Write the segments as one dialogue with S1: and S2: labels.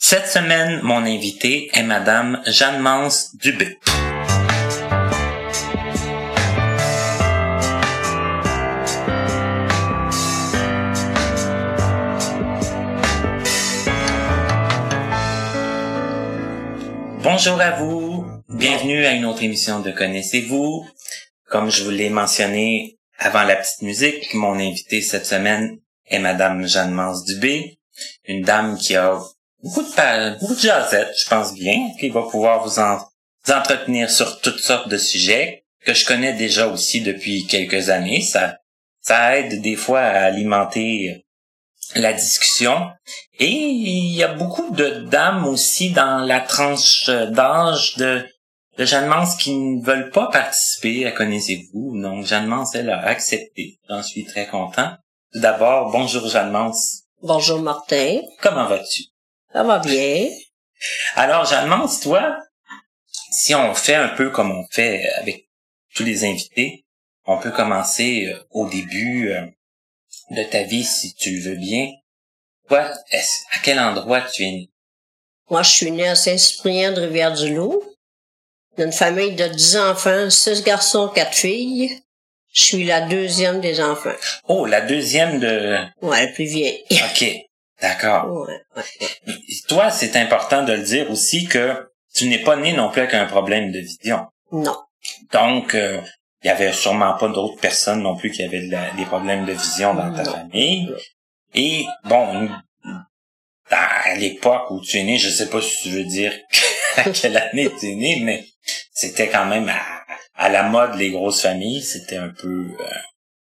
S1: Cette semaine, mon invitée est Madame Jeanne Mans Dubé. Bonjour à vous. Bienvenue à une autre émission de Connaissez-vous. Comme je vous l'ai mentionné avant la petite musique, mon invitée cette semaine est Madame Jeanne Mans Dubé, une dame qui a beaucoup de pages, beaucoup de jasettes, je pense bien, qui va pouvoir vous, en, vous entretenir sur toutes sortes de sujets que je connais déjà aussi depuis quelques années. Ça, ça aide des fois à alimenter la discussion. Et il y a beaucoup de dames aussi dans la tranche d'âge de, de Jeanne Mance qui ne veulent pas participer à Connaissez-vous. Donc, Jeanne Mance, elle a accepté. J'en suis très content. Tout d'abord, bonjour Jeanne Mance.
S2: Bonjour Martin,
S1: Comment vas-tu?
S2: ça va bien?
S1: Alors, Jeanne Mance, toi, si on fait un peu comme on fait avec tous les invités, on peut commencer euh, au début euh, de ta vie, si tu le veux bien. Toi, est-ce- à quel endroit tu es né?
S2: Moi, je suis née à Saint-Cyprien de Rivière-du-Loup, d'une famille de 10 enfants, 6 garçons, 4 filles. Je suis la deuxième des enfants.
S1: Oh, la deuxième de...
S2: Ouais, la plus vieille.
S1: OK, d'accord.
S2: Ouais, ouais.
S1: Et Toi, c'est important de le dire aussi que tu n'es pas né non plus avec un problème de vision.
S2: Non,
S1: Donc, euh, il y avait sûrement pas d'autres personnes non plus qui avaient de la- des problèmes de vision dans ta
S2: Non.
S1: famille.
S2: Non.
S1: Et bon, à l'époque où tu es né, je sais pas si tu veux dire à quelle année tu es né, mais c'était quand même à, à la mode les grosses familles. C'était un peu euh,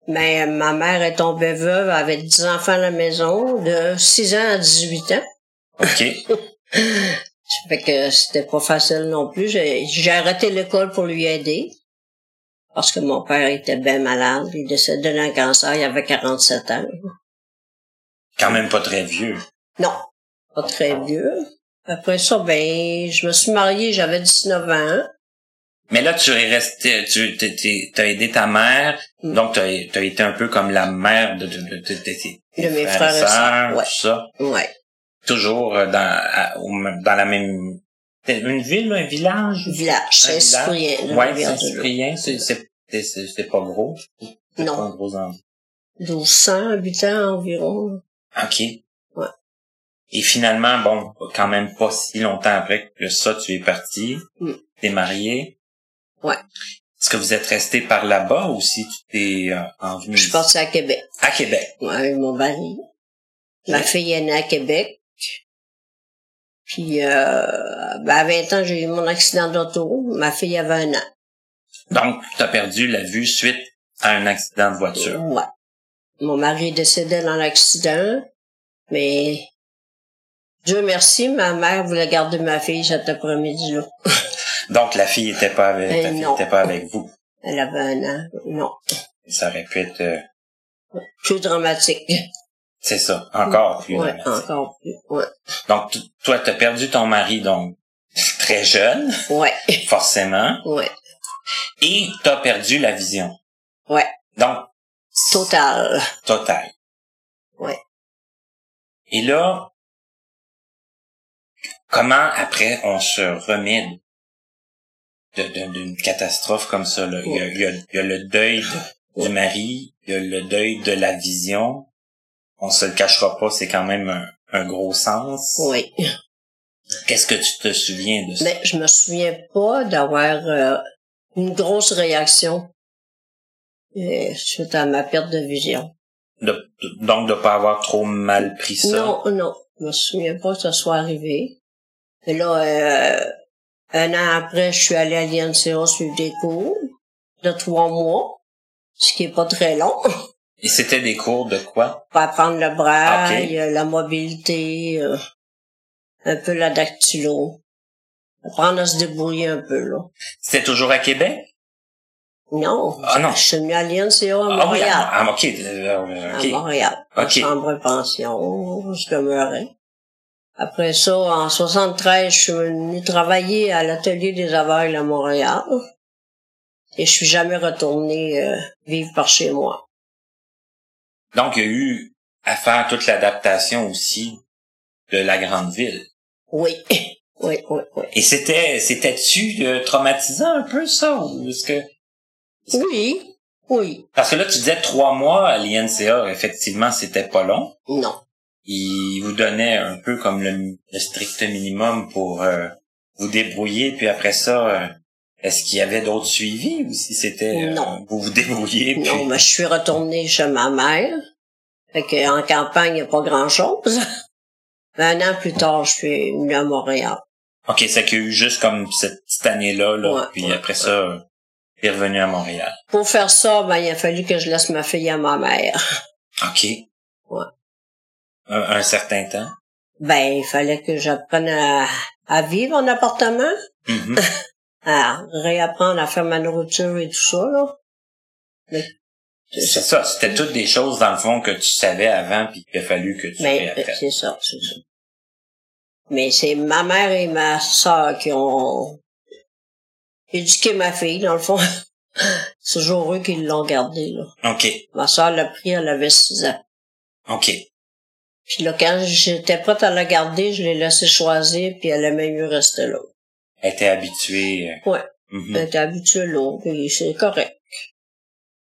S2: mais euh, ma mère est tombée veuve, elle avait 10 enfants à la maison, de 6 ans à 18 ans.
S1: ok.
S2: Ça fait que c'était pas facile non plus. J'ai j'ai arrêté l'école pour lui aider. Parce que mon père était bien malade. Il décédait d'un cancer. Il avait 47 ans.
S1: Quand même pas très vieux.
S2: Non, pas très vieux. Après ça, ben, je me suis mariée, j'avais 19 ans.
S1: Mais là, tu es resté, tu t'es- t'es- t'as aidé ta mère,
S2: Mm.
S1: donc t'as as été un peu comme la mère de, de, de, de- de- tes- tes
S2: De mes frères et sœurs, ouais.
S1: tout ça.
S2: Ouais.
S1: Toujours euh, dans, à- au même- dans la même... c'est Une ville, un village?
S2: Village,
S1: Un village?
S2: Saint-Cyprien. là,
S1: Ouais,
S2: Rivière-du-Loup.
S1: Saint-Cyprien, c'est- c'est c'est- c'est- c'est pas gros. C'est pas
S2: Non,
S1: un gros endroit.
S2: 1200 habitants environ.
S1: OK.
S2: Ouais.
S1: Et finalement, bon, quand même pas si longtemps après que ça, tu es parti,
S2: Mm.
S1: t'es marié.
S2: Ouais.
S1: Est-ce que vous êtes resté par là-bas ou si tu t'es euh, envenu
S2: Je suis partie à Québec.
S1: à Québec?
S2: Ouais, avec mon mari. Ma fille est née à Québec. Puis, euh, ben, à 20 ans, j'ai eu mon accident d'auto. Ma fille avait un an.
S1: Donc, t'as perdu la vue suite à un accident de voiture.
S2: Ouais. Mon mari décédait dans l'accident, mais Dieu merci, ma mère voulait garder ma fille cet après-midi-là.
S1: Donc, la fille était pas avec,
S2: Eh
S1: ta fille
S2: non.
S1: était pas avec vous.
S2: Elle avait un an. Non.
S1: Ça aurait pu être, euh,
S2: Plus dramatique.
S1: c'est ça, encore plus.
S2: Ouais,
S1: dramatique.
S2: encore plus. Ouais.
S1: Donc, t- toi, t'as perdu ton mari, donc, très jeune,
S2: Ouais.
S1: forcément,
S2: Ouais.
S1: et t'as perdu la vision.
S2: Ouais.
S1: Donc,
S2: Total.
S1: total.
S2: Ouais.
S1: Et là, comment après on se remet de- de- d'une catastrophe comme ça? là? Il, y a, il y a- il y a le deuil de- du mari, il y a le deuil de la vision. On se le cachera pas, c'est quand même un, un gros sens.
S2: Ouais.
S1: Qu'est-ce que tu te souviens de ça?
S2: Mais je me souviens pas d'avoir euh, une grosse réaction euh, suite à ma perte de vision.
S1: De- de- donc de pas avoir trop mal pris ça.
S2: Non, oh non. Je me souviens pas que ça soit arrivé. Mais là, euh, un an après, je suis allée à l'INCA suivre des cours de trois mois, ce qui est pas très long.
S1: Et c'était des cours de quoi?
S2: Pour apprendre le braille,
S1: Ah, Ok.
S2: euh, la mobilité, euh, un peu la dactylo. Apprendre à se débrouiller un peu, là.
S1: C'était toujours à Québec?
S2: Non.
S1: Ah non.
S2: Je suis venue à l'INCA à
S1: Ah oui,
S2: Montréal.
S1: ah, ok. euh,
S2: À
S1: ok.
S2: Montréal.
S1: Ok.
S2: En chambre de pension, je demeurais. Après ça, en 73, je suis venue travailler à l'atelier des aveugles à Montréal. Et je suis jamais retournée euh, vivre par chez moi.
S1: Donc, il y a eu à faire toute l'adaptation aussi de la grande ville.
S2: Oui. Oui, oui, oui.
S1: Et c'était, c'était-tu euh, traumatisant un peu, ça? Ou est-ce que...
S2: Oui, oui.
S1: Parce que là, tu disais trois mois à l'INCA, effectivement, c'était pas long.
S2: Non.
S1: Ils vous donnaient un peu comme le, le strict minimum pour euh, vous débrouiller, puis après ça, euh, est-ce qu'il y avait d'autres suivis ou si c'était euh,
S2: Non.
S1: vous vous débrouillez? Puis...
S2: Non, mais je suis retournée chez ma mère. Fait que en campagne, il a pas grand-chose. Mais un an plus tard, je suis venue à Montréal.
S1: OK, c'est qu'il y a eu juste comme cette petite année-là, là,
S2: Ouais,
S1: puis
S2: ouais,
S1: après ça, euh, il est revenu à Montréal.
S2: Pour faire ça, ben, il a fallu que je laisse ma fille à ma mère.
S1: OK.
S2: Ouais.
S1: Un, un certain temps.
S2: Ben, il fallait que j'apprenne à, à vivre en appartement,
S1: Mhm.
S2: à réapprendre à faire ma nourriture et tout ça, là.
S1: c'est ça, c'était toutes des choses, dans le fond, que tu savais avant, puis qu'il a fallu que tu
S2: Mais euh,
S1: réapprennes.
S2: c'est ça, c'est ça. Mais c'est ma mère et ma soeur qui ont éduqué ma fille, dans le fond. c'est toujours eux qui l'ont gardée, là.
S1: OK,
S2: Ma soeur l'a pris, elle avait six ans.
S1: OK.
S2: Puis là, quand j'étais prête à la garder, je l'ai laissée choisir, puis elle aimait mieux rester là.
S1: Elle était habituée. euh,
S2: Ouais.
S1: mhm.
S2: Elle était habituée à l'eau, puis c'est correct.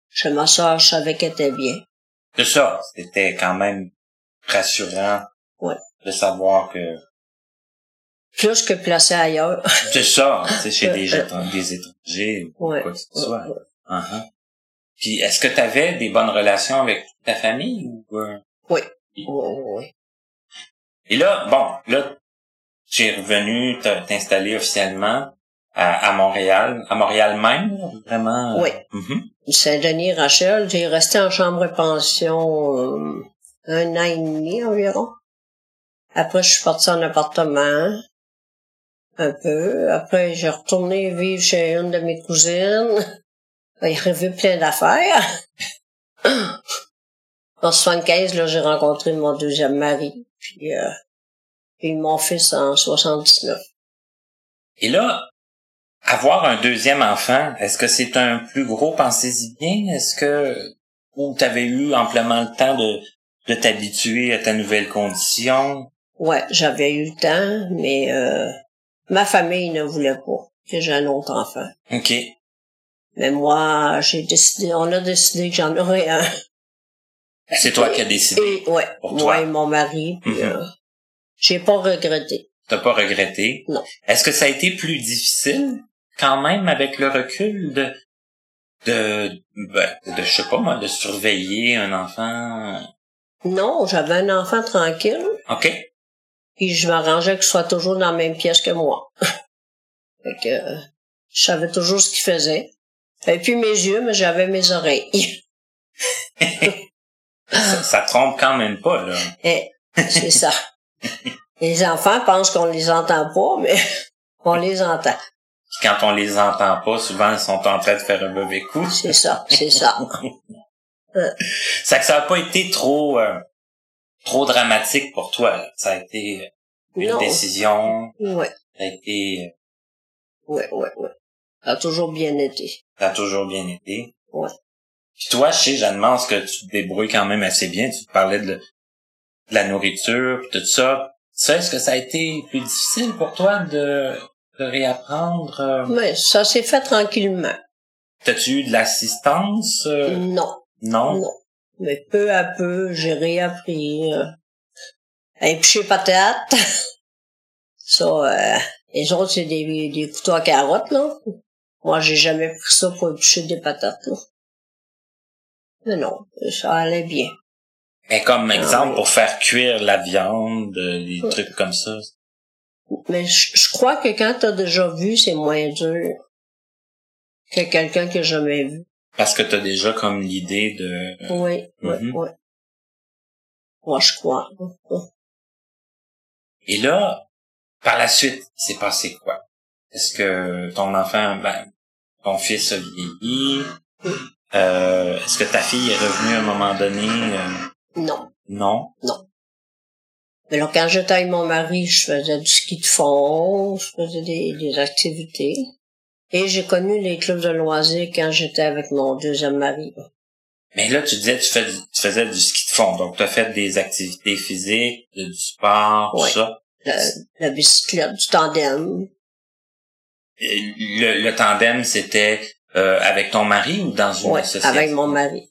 S2: Chez ma soeur, je savais qu'elle était bien.
S1: C'est ça, c'était quand même rassurant
S2: Ouais.
S1: de savoir que
S2: Plus que placée ailleurs.
S1: C'est ça, c'est chez
S2: Euh,
S1: des,
S2: euh.
S1: étran- des étrangers ou
S2: Ouais,
S1: quoi que ce
S2: ouais,
S1: soit.
S2: ouais.
S1: Uh-huh. Puis est-ce que tu avais des bonnes relations avec ta famille ou euh,
S2: Oui. Oui, oui, oui.
S1: Et là, bon, là, tu es revenu t'as- t'installer officiellement à, à Montréal, à Montréal même, là, vraiment. euh,
S2: Oui.
S1: mhm.
S2: Saint-Denis, Rachel, j'ai resté en chambre de pension euh, un an et demi environ. Après, je suis partie en appartement un peu. Après, j'ai retourné vivre chez une de mes cousines. Ben, Il rêvé plein d'affaires. En 75, là, j'ai rencontré mon deuxième mari, puis, euh, puis mon fils en 79.
S1: Et là, avoir un deuxième enfant, est-ce que c'est un plus gros, pensez-y bien, est-ce que ou t'avais eu amplement le temps de, de t'habituer à ta nouvelle condition?
S2: Ouais, j'avais eu le temps, mais euh, ma famille ne voulait pas que j'ai un autre enfant.
S1: OK.
S2: Mais moi, j'ai décidé, on a décidé que j'en aurais un.
S1: C'est toi qui as décidé.
S2: Et ouais,
S1: Pour
S2: moi
S1: toi.
S2: et mon mari, puis
S1: Mhm.
S2: euh, j'ai pas regretté.
S1: T'as pas regretté.
S2: Non.
S1: Est-ce que ça a été plus difficile quand même avec le recul de de ben, de je sais pas moi de surveiller un enfant.
S2: Non, j'avais un enfant tranquille,
S1: Ok.
S2: puis je m'arrangeais qu'il soit toujours dans la même pièce que moi. fait que euh, je savais toujours ce qu'il faisait. Et puis mes yeux, mais j'avais mes oreilles.
S1: Ça, ça trompe quand même pas là.
S2: Eh, c'est ça. Les enfants pensent qu'on les entend pas, mais on les entend.
S1: Puis Quand on les entend pas, souvent ils sont en train de faire un mauvais coup.
S2: C'est ça, c'est ça.
S1: Ça que ça a pas été trop euh, trop dramatique pour toi. là. Ça a été euh, une
S2: Non.
S1: décision.
S2: Ouais,
S1: Ça a été euh,
S2: ouais, ouais, ouais. Ça a toujours bien été.
S1: ça a toujours bien été.
S2: Ouais.
S1: Puis toi, chez Jeanne Mance, que tu te débrouilles quand même assez bien, tu parlais de, le- de la nourriture, puis tout ça. Ça, est-ce que ça a été plus difficile pour toi de, de réapprendre? euh,
S2: Mais ça s'est fait tranquillement.
S1: T'as-tu eu de l'assistance? euh,
S2: Non,
S1: Non?
S2: Mm. non. Mais peu à peu, j'ai réappris. Euh, à éplucher patate. ça, euh, les autres, c'est des, des couteaux à carottes, là. Moi, j'ai jamais pris ça pour éplucher des patates, là. Mais non, ça allait bien.
S1: Mais comme exemple,
S2: oui.
S1: pour faire cuire la viande, euh, des
S2: Ouais.
S1: trucs comme ça.
S2: Mais je je crois que quand t'as déjà vu, c'est moins dur que quelqu'un que j'ai jamais vu.
S1: Parce que t'as déjà comme l'idée de...
S2: Oui, oui,
S1: Mhm.
S2: oui. Moi, je crois.
S1: Et là, par la suite, c'est passé quoi? Est-ce que ton enfant, ben, ton fils a vieilli? Euh, Est-ce que ta fille est revenue à un moment donné? euh,
S2: Non.
S1: non.
S2: Mais là, quand j'étais avec mon mari, je faisais du ski de fond, je faisais des, des activités. Et j'ai connu les clubs de loisirs quand j'étais avec mon deuxième mari.
S1: Mais là, tu disais, tu, fais, du- tu faisais du ski de fond, donc tu as fait des activités physiques, du sport,
S2: Ouais.
S1: tout ça.
S2: la, la bicyclette, du tandem.
S1: Et Le, le tandem, c'était euh, avec ton mari ou dans une
S2: Ouais,
S1: association?
S2: avec mon mari.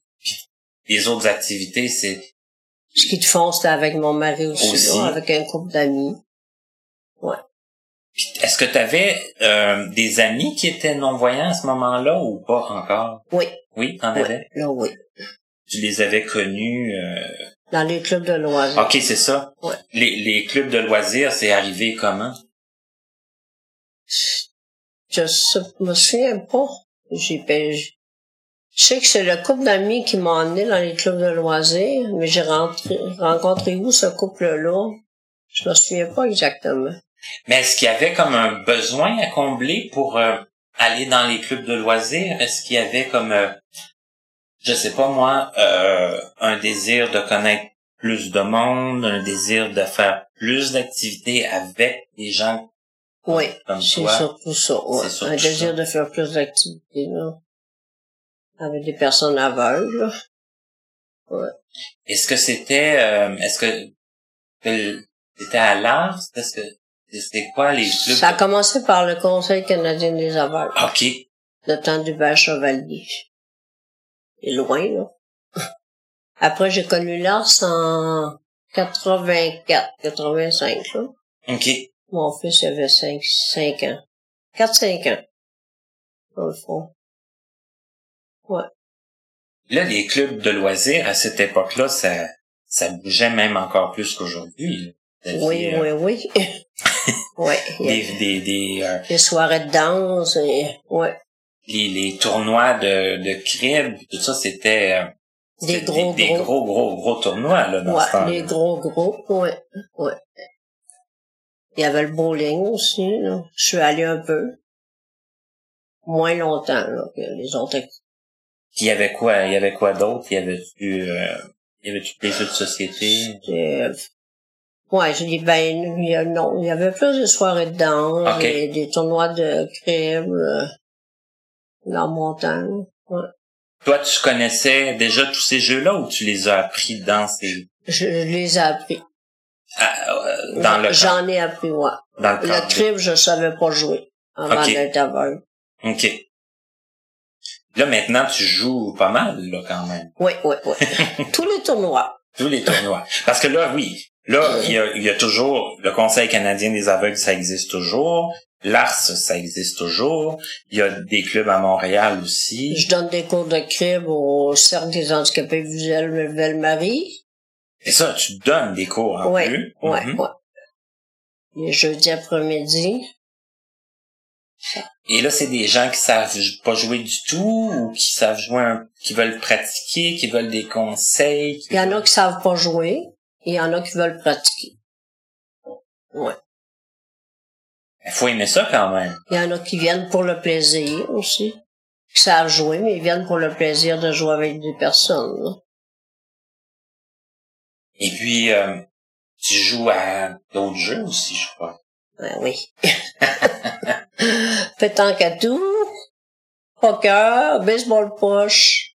S1: Les autres activités, c'est...
S2: Ski de fond, c'était avec mon mari aussi,
S1: Aussi.
S2: là, avec un couple d'amis.
S1: Est-ce que tu avais des amis qui étaient non-voyants à ce moment-là ou pas encore?
S2: Oui.
S1: Oui, t'en
S2: Ouais,
S1: avais?
S2: là, oui.
S1: Tu les avais connus... euh,
S2: Dans les clubs de loisirs.
S1: OK, c'est ça.
S2: Ouais.
S1: Les, les clubs de loisirs, c'est arrivé comment?
S2: Je sais, me souviens pas. J'ai ben, je- je sais que c'est le couple d'amis qui m'a emmené dans les clubs de loisirs, mais j'ai rentré- rencontré où ce couple-là? Je me souviens pas exactement.
S1: Mais est-ce qu'il y avait comme un besoin à combler pour euh, aller dans les clubs de loisirs? Est-ce qu'il y avait comme, euh, je sais pas moi, euh, un désir de connaître plus de monde, un désir de faire plus d'activités avec des gens
S2: Oui,
S1: comme
S2: c'est
S1: toi?
S2: surtout ça. ouais.
S1: C'est surtout
S2: Un désir de faire plus d'activités, là. Avec des personnes aveugles, là.
S1: Est-ce que c'était, euh, est-ce que que c'était à l'art? Est-ce que c'était quoi les clubs?
S2: Ça a commencé par le Conseil canadien des aveugles,
S1: Ok,
S2: le temps du bal chevalier. Et loin, là. Après, j'ai connu Lars en 84, 85, là.
S1: ok.
S2: Mon fils avait 5, 5 ans. 4-5 ans. Dans le fond.
S1: Là, les clubs de loisirs à cette époque-là, ça, ça bougeait même encore plus qu'aujourd'hui. là. Vous
S2: Oui,
S1: aviez, euh,
S2: oui, oui. ouais. il y a-
S1: Des, des, des, euh,
S2: Les soirées de danse, et, ouais,
S1: les, les tournois de, de crib, tout ça, c'était euh,
S2: des
S1: c'était
S2: gros,
S1: des, des
S2: gros,
S1: gros, gros, gros tournois là, dans ce
S2: ouais,
S1: temps-là.
S2: les gros, gros, ouais, ouais. Il y avait le bowling aussi, là. Je suis allée un peu. Moins longtemps, là, que les autres. activités.
S1: Il y avait quoi? Il y avait quoi d'autre? Il y avait tu il y avait des jeux de société?
S2: Euh, Ouais, je dis, ben, il y a- non, il y avait plus de soirées de danse,
S1: Ok.
S2: et des tournois de euh, crème, dans mon temps, là.
S1: Toi, tu connaissais déjà tous ces jeux-là ou tu les as appris dans ces
S2: Je, je les ai appris.
S1: à- euh, dans le camp,
S2: J'en ai appris, ouais.
S1: dans le,
S2: Le
S1: camp.
S2: crime, je savais pas jouer avant
S1: Ok.
S2: d'être aveugle.
S1: Ok. Là maintenant, tu joues pas mal là quand même.
S2: Oui, oui, oui. Tous les tournois.
S1: Tous les tournois. Parce que là, oui. Là, il y a, il y a toujours le Conseil canadien des aveugles, ça existe toujours. L'Ars, ça existe toujours. Il y a des clubs à Montréal aussi.
S2: Je donne des cours de crime au Cercle des handicapés visuels de Belle-Marie.
S1: Et ça, tu donnes des cours en
S2: Ouais,
S1: plus.
S2: Ouais,
S1: Mhm.
S2: ouais. Les jeudis après-midi.
S1: Et là, c'est des gens qui savent pas jouer du tout ou qui savent jouer, un- qui veulent pratiquer, qui veulent des conseils. qui
S2: Il y en
S1: veulent-
S2: a qui savent pas jouer. et Il y en a qui veulent pratiquer.
S1: Il ben, faut aimer ça quand même.
S2: Il y en a qui viennent pour le plaisir aussi. Qui savent jouer, mais ils viennent pour le plaisir de jouer avec des personnes. là.
S1: Et puis, euh, tu joues à d'autres jeux aussi, je crois.
S2: Ben oui. Pétanque à tout, poker, baseball poche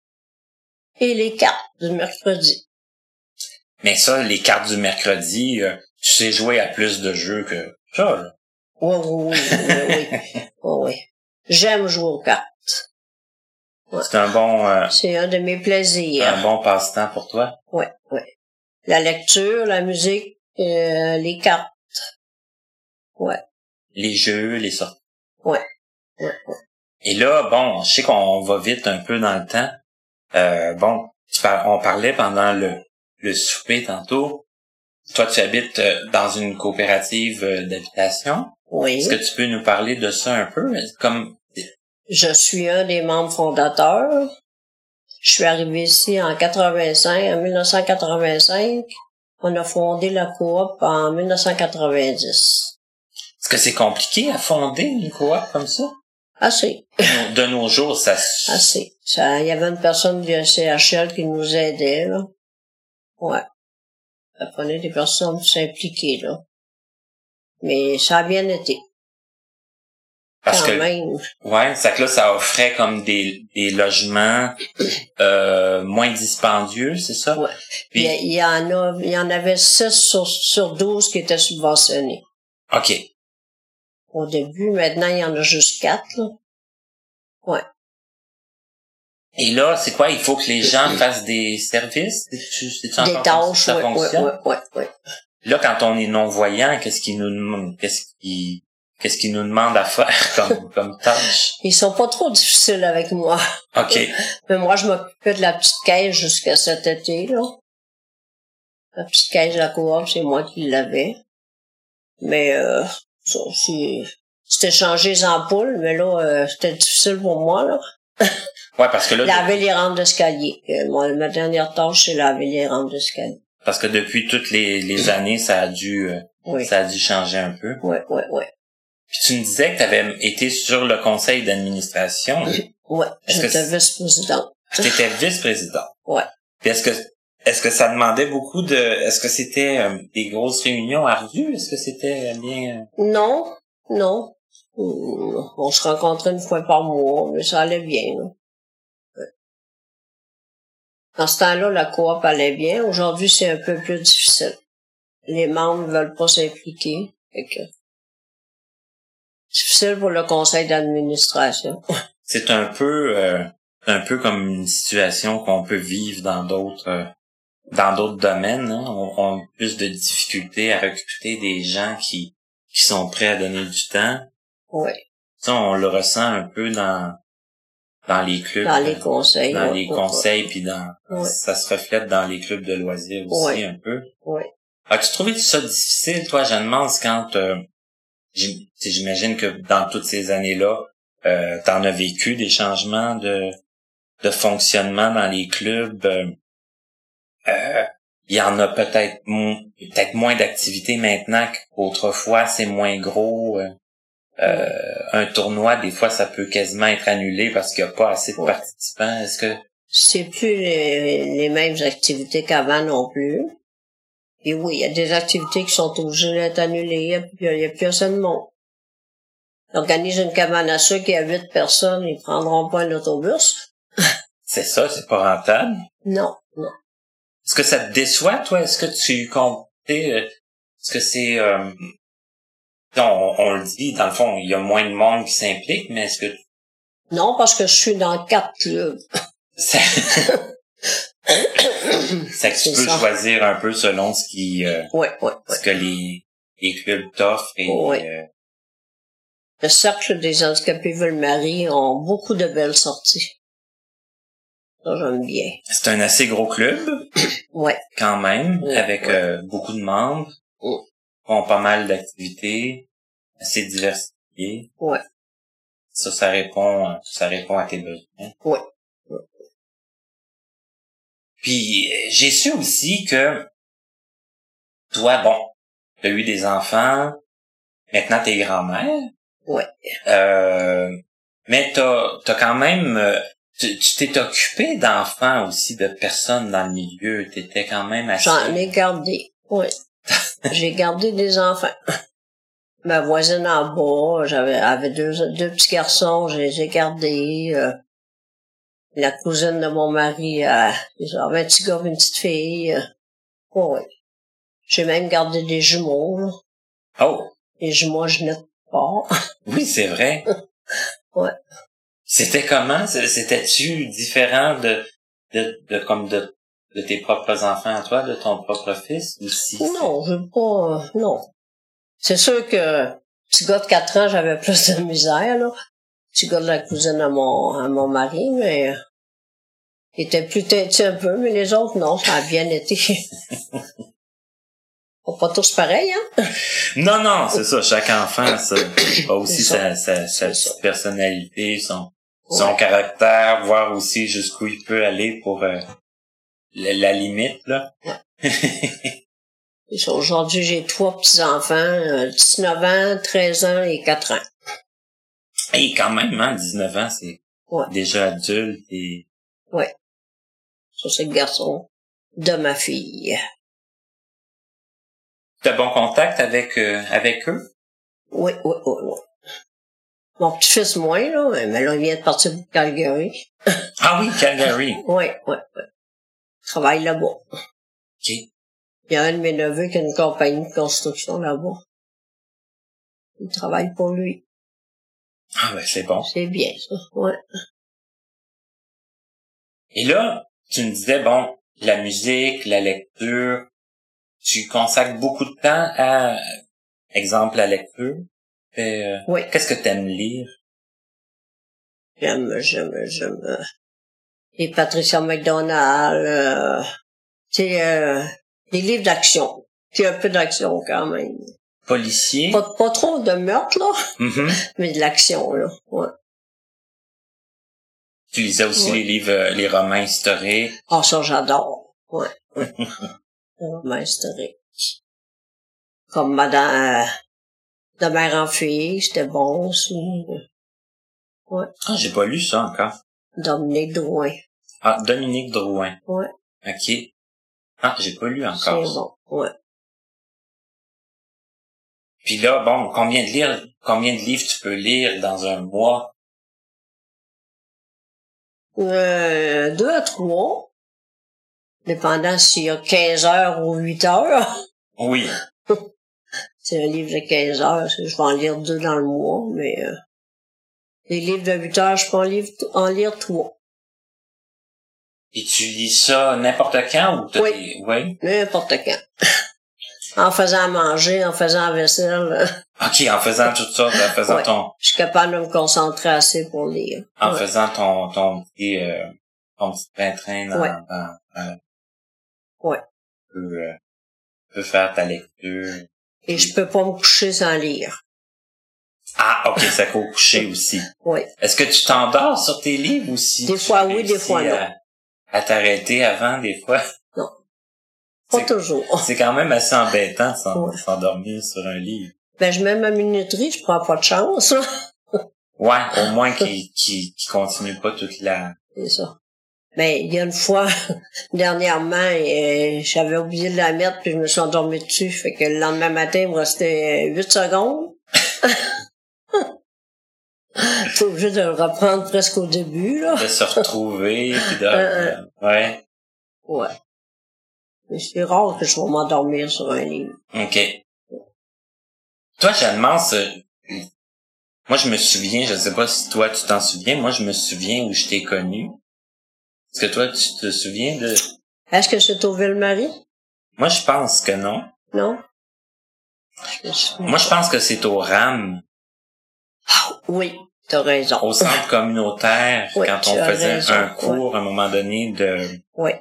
S2: et les cartes du mercredi.
S1: Mais ça, les cartes du mercredi, euh, tu sais jouer à plus de jeux que ça. là.
S2: Oui, oui, oh, oui, oui. oui. J'aime jouer aux cartes.
S1: C'est un bon, euh,
S2: C'est un de mes
S1: un
S2: plaisirs.
S1: bon passe-temps pour toi.
S2: Oui, oui. La lecture, la musique, euh, les cartes.
S1: Les jeux, les sorties.
S2: Ouais, ouais.
S1: Et là, bon, je sais qu'on va vite un peu dans le temps. Euh, bon, tu par- on parlait pendant le, le souper tantôt. Toi, tu habites euh, dans une coopérative euh, d'habitation.
S2: Oui.
S1: Est-ce que tu peux nous parler de ça un peu? Comme,
S2: Je suis un des membres fondateurs. Je suis arrivé ici en 85, en 1985. On a fondé la coop en 1990.
S1: est-ce que c'est compliqué à fonder une coop comme ça?
S2: Assez,
S1: De nos jours, ça, s-
S2: assez. Ça, il y avait une personne du CHL qui nous aidait, là. Ouais. Ça prenait des personnes pour s'impliquer, là. Mais ça a bien été,
S1: parce
S2: quand
S1: que,
S2: même.
S1: ouais, ça que là, ça offrait comme des, des logements, euh, moins dispendieux, c'est ça?
S2: Ouais.
S1: Puis-
S2: il, y a- il y en a, il y en avait 6 sur, sur 12 qui étaient subventionnés.
S1: OK.
S2: Au début, maintenant, il y en a juste quatre, là. Ouais.
S1: Et là, c'est quoi? Il faut que les gens fassent des services? C'est-tu- c'est-tu
S2: Des
S1: encore comme
S2: tâches,
S1: ça que
S2: ouais,
S1: ça
S2: ouais,
S1: fonctionne?
S2: ouais, ouais, ouais.
S1: Là, quand on est non-voyant, qu'est-ce qu'ils nous demandent? Qu'est-ce qu'ils, qu'est-ce qu'ils nous demandent à faire comme, comme tâche?
S2: Ils sont pas trop difficiles avec moi.
S1: OK.
S2: Mais Ben, moi, je m'occupais de la petite caisse jusqu'à cet été, là. La petite caisse de la coop, c'est moi qui l'avais. Mais, euh, ça, c'est- c'était changer les ampoules, mais là, euh, c'était difficile pour moi, là.
S1: Ouais, parce que là,
S2: Laver les rampes d'escalier. Euh, moi, ma dernière tâche, c'est laver les rampes d'escalier.
S1: parce que depuis toutes les, les années, ça a dû, euh,
S2: Oui.
S1: ça a dû changer un peu.
S2: Ouais, ouais, ouais.
S1: Puis tu me disais que tu avais été sur le conseil d'administration.
S2: Ouais.
S1: Est-ce que
S2: J'étais
S1: c'est-
S2: vice-présidente.
S1: Tu étais vice-président.
S2: Ouais.
S1: Puis est-ce que est-ce que ça demandait beaucoup de est-ce que c'était euh, des grosses réunions ardues? Est-ce que c'était euh, bien
S2: Non, non. Euh, On se rencontrait une fois par mois, mais ça allait bien. là. Ouais. Dans ce temps-là, la coop allait bien. Aujourd'hui, c'est un peu plus difficile. Les membres ne veulent pas s'impliquer. fait que- Difficile pour le conseil d'administration.
S1: c'est un peu euh, un peu comme une situation qu'on peut vivre dans d'autres euh, dans d'autres domaines, hein. on, on a plus de difficultés à recruter des gens qui qui sont prêts à donner du temps.
S2: Oui,
S1: Ça, on le ressent un peu dans dans les clubs, euh,
S2: dans les conseils. euh,
S1: dans
S2: ouais,
S1: les
S2: ouais,
S1: conseils, puis dans
S2: Ouais.
S1: ça se reflète dans les clubs de loisirs aussi
S2: Ouais.
S1: un peu.
S2: ouais.
S1: As-tu trouvé ça difficile, toi, je demande, c'est quand euh, j'im- t'sais, j'imagine que dans toutes ces années-là, euh, t'en as vécu des changements de, de fonctionnement dans les clubs. euh, euh, Il y en a peut-être mo- peut-être moins d'activités maintenant qu'autrefois, c'est moins gros. euh, euh, un tournoi, des fois, ça peut quasiment être annulé parce qu'il n'y a pas assez de
S2: Ouais.
S1: participants. Est-ce que
S2: C'est plus les, les mêmes activités qu'avant non plus. Et oui, il y a des activités qui sont obligées d'être annulées, il n'y a, il y a plus assez de monde. Organise une cabane à sucre, il y a huit personnes, ils prendront pas un autobus.
S1: c'est ça, c'est pas rentable?
S2: Non, non.
S1: Est-ce que ça te déçoit, toi? Est-ce que tu comptais... euh, Est-ce que c'est... euh, on, on le dit, dans le fond, il y a moins de monde qui s'implique, mais est-ce que...
S2: Non, parce que je suis dans quatre clubs.
S1: Ça, c'est que tu
S2: C'est
S1: peux
S2: ça.
S1: choisir un peu selon ce qui euh,
S2: Ouais, ouais, ouais.
S1: ce que les, les clubs t'offrent et...
S2: Ouais.
S1: euh,
S2: Le cercle des handicapés veulent Marie ont beaucoup de belles sorties. Ça, j'aime bien.
S1: c'est un assez gros club,
S2: Ouais.
S1: quand même,
S2: Ouais,
S1: avec
S2: ouais.
S1: euh, beaucoup de membres,
S2: Ouais.
S1: ont pas mal d'activités, assez diversifiées.
S2: Ouais.
S1: Ça, ça répond, ça répond à tes besoins.
S2: Ouais.
S1: Puis euh, j'ai su aussi que toi, bon, t'as eu des enfants, maintenant t'es grand-mère.
S2: Ouais.
S1: Euh, mais t'as as quand même, euh, tu tu t'es occupé d'enfants aussi, de personnes dans le milieu. T'étais quand même assez.
S2: J'en ai gardé, oui. J'ai gardé des enfants. Ma voisine en bas, j'avais avait deux, deux petits garçons, je les ai gardés. euh, la cousine de mon mari, euh, ils avaient un petit gars, une petite fille. euh, ouais, ouais. J'ai même gardé des jumeaux. là.
S1: Oh.
S2: Les jumeaux, je n'ai pas.
S1: Oui, c'est vrai.
S2: Ouais.
S1: C'était comment? C- C'était-tu différent de, de, de, comme de, de tes propres enfants à toi, de ton propre fils? Ou si
S2: Non, je veux pas. euh, non. C'est sûr que petit gars de 4 ans, j'avais plus de misère, là. Petit gars de la cousine à mon, à mon mari, mais euh, il était plus têtu un peu, mais les autres, non, ça a bien été. Sont pas tous pareils, hein?
S1: Non, non, c'est ça. Chaque enfant ça, a aussi sa,
S2: C'est
S1: sa, sa
S2: C'est ça.
S1: petite personnalité, son,
S2: Ouais.
S1: son caractère, voir aussi jusqu'où il peut aller pour euh, la, la limite, là.
S2: Ils sont- hein. Aujourd'hui, j'ai trois petits-enfants, euh, 19 ans, 13 ans et 4 ans.
S1: Et quand même, hein, 19 ans, c'est
S2: Ouais.
S1: déjà adulte et
S2: Ça, c'est le garçon de ma fille.
S1: t'as bon contact avec, euh, avec eux?
S2: Oui, oui, oui, oui. Mon petit-fils, moins, là, mais là, il vient de partir pour Calgary.
S1: Ah oui, Calgary.
S2: Oui, oui, oui. Je travaille là-bas.
S1: OK.
S2: Il y a un de mes neveux qui a une compagnie de construction là-bas. Il travaille pour lui.
S1: Ah ben c'est bon.
S2: C'est bien, ça. Ouais.
S1: Et là, tu me disais, bon, la musique, la lecture, tu consacres beaucoup de temps à, exemple, la lecture. Et, euh,
S2: Oui.
S1: Qu'est-ce que tu aimes lire?
S2: J'aime, j'aime, j'aime. euh, Et Patricia McDonald, euh, tu sais, euh, des livres d'action. Puis un peu d'action quand même.
S1: Policier?
S2: Pas, pas trop de meurtre, là,
S1: Mhm.
S2: mais de l'action, là. Ouais.
S1: Tu lisais aussi
S2: Ouais.
S1: les livres, euh, les romans historiques.
S2: Ah, ça, j'adore. Ouais. ouais. Roman historique. Comme Madame, euh, de mère en fille, c'était bon aussi.
S1: Ah, j'ai pas lu ça encore.
S2: Dominique Drouin.
S1: Ah, Dominique Drouin.
S2: Ouais.
S1: OK. Ah, j'ai pas lu
S2: C'est
S1: encore. ça.
S2: bon. Ouais.
S1: Puis là, bon, combien de lire, combien de livres tu peux lire dans un mois?
S2: Euh, deux à trois. Dépendant s'il y a 15 heures ou 8 heures.
S1: Oui.
S2: C'est un livre de 15 heures. c'est- Je vais en lire deux dans le mois, mais euh, les livres de 8 heures, je peux en lire, en lire trois.
S1: Et tu lis ça n'importe quand ou t'as
S2: Oui.
S1: des- Oui.
S2: N'importe quand. en faisant à manger, en faisant la vaisselle.
S1: OK, en faisant tout ça, en faisant
S2: Ouais.
S1: ton,
S2: je suis capable de me concentrer assez pour lire.
S1: en
S2: Ouais.
S1: faisant ton, ton petit, euh, ton petit train-train dans,
S2: Ouais.
S1: dans- dans-
S2: Ouais.
S1: Tu peux, euh, tu peux faire ta lecture.
S2: Et je peux pas me coucher sans lire.
S1: Ah, OK, ça court coucher aussi.
S2: Oui.
S1: Est-ce que tu t'endors sur tes livres aussi?
S2: Des fois oui, des fois non.
S1: À, à t'arrêter avant, des fois.
S2: Pas
S1: C'est-
S2: toujours.
S1: C'est quand même assez embêtant de s'en-
S2: Ouais.
S1: s'endormir sur un livre.
S2: Ben, je mets ma minuterie, je prends pas de chance, là.
S1: Ouais, au moins qu'il qu'il qu'il continue pas toute la...
S2: C'est ça. Mais il y a une fois, dernièrement, euh, j'avais oublié de la mettre, puis je me suis endormie dessus. Fait que le lendemain matin, il me restait 8 secondes. T'es obligé de le reprendre presque au début, là.
S1: de se retrouver, puis de...
S2: Euh,
S1: ouais,
S2: Ouais. Mais c'est rare que je vais m'endormir sur un livre.
S1: ok. Toi, Jeanne-Mance, euh, moi je me souviens, je sais pas si toi tu t'en souviens, moi je me souviens où je t'ai connu. Est-ce que toi tu te souviens de...
S2: Est-ce que c'est au Ville-Marie?
S1: Moi je pense que non.
S2: Non? Je sais.
S1: Moi je pense que c'est au RAM,
S2: Oui, t'as raison.
S1: au centre communautaire,
S2: Oui,
S1: quand
S2: tu
S1: on
S2: as
S1: faisait
S2: raison,
S1: un
S2: ouais.
S1: cours à un moment donné de...
S2: Oui,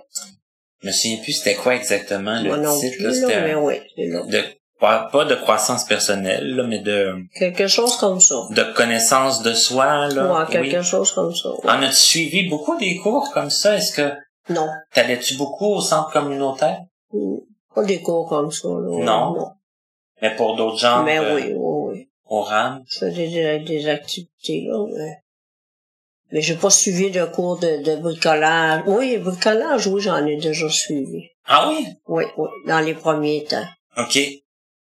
S1: Je me souviens plus c'était quoi exactement le
S2: moi non
S1: titre,
S2: plus,
S1: là,
S2: là,
S1: c'était...
S2: mais
S1: un-
S2: oui, c'est là.
S1: de pas pas de croissance personnelle là, mais de
S2: Quelque chose comme ça.
S1: de connaissance de soi là
S2: Ouais, quelque
S1: oui. Ah.
S2: chose comme ça. ouais.
S1: en as-tu suivi beaucoup des cours comme ça est-ce que
S2: Non,
S1: t'allais-tu beaucoup au centre communautaire
S2: Mm. pas des cours comme ça. Là.
S1: Non. mais pour d'autres gens
S2: Mais
S1: euh,
S2: oui, oui, oui.
S1: au RAM
S2: Je faisais des, des activités, là, mais... Mais j'ai pas suivi de cours de, de bricolage. Oui, bricolage, oui, j'en ai déjà suivi.
S1: ah oui
S2: Oui, oui, dans les premiers temps.
S1: ok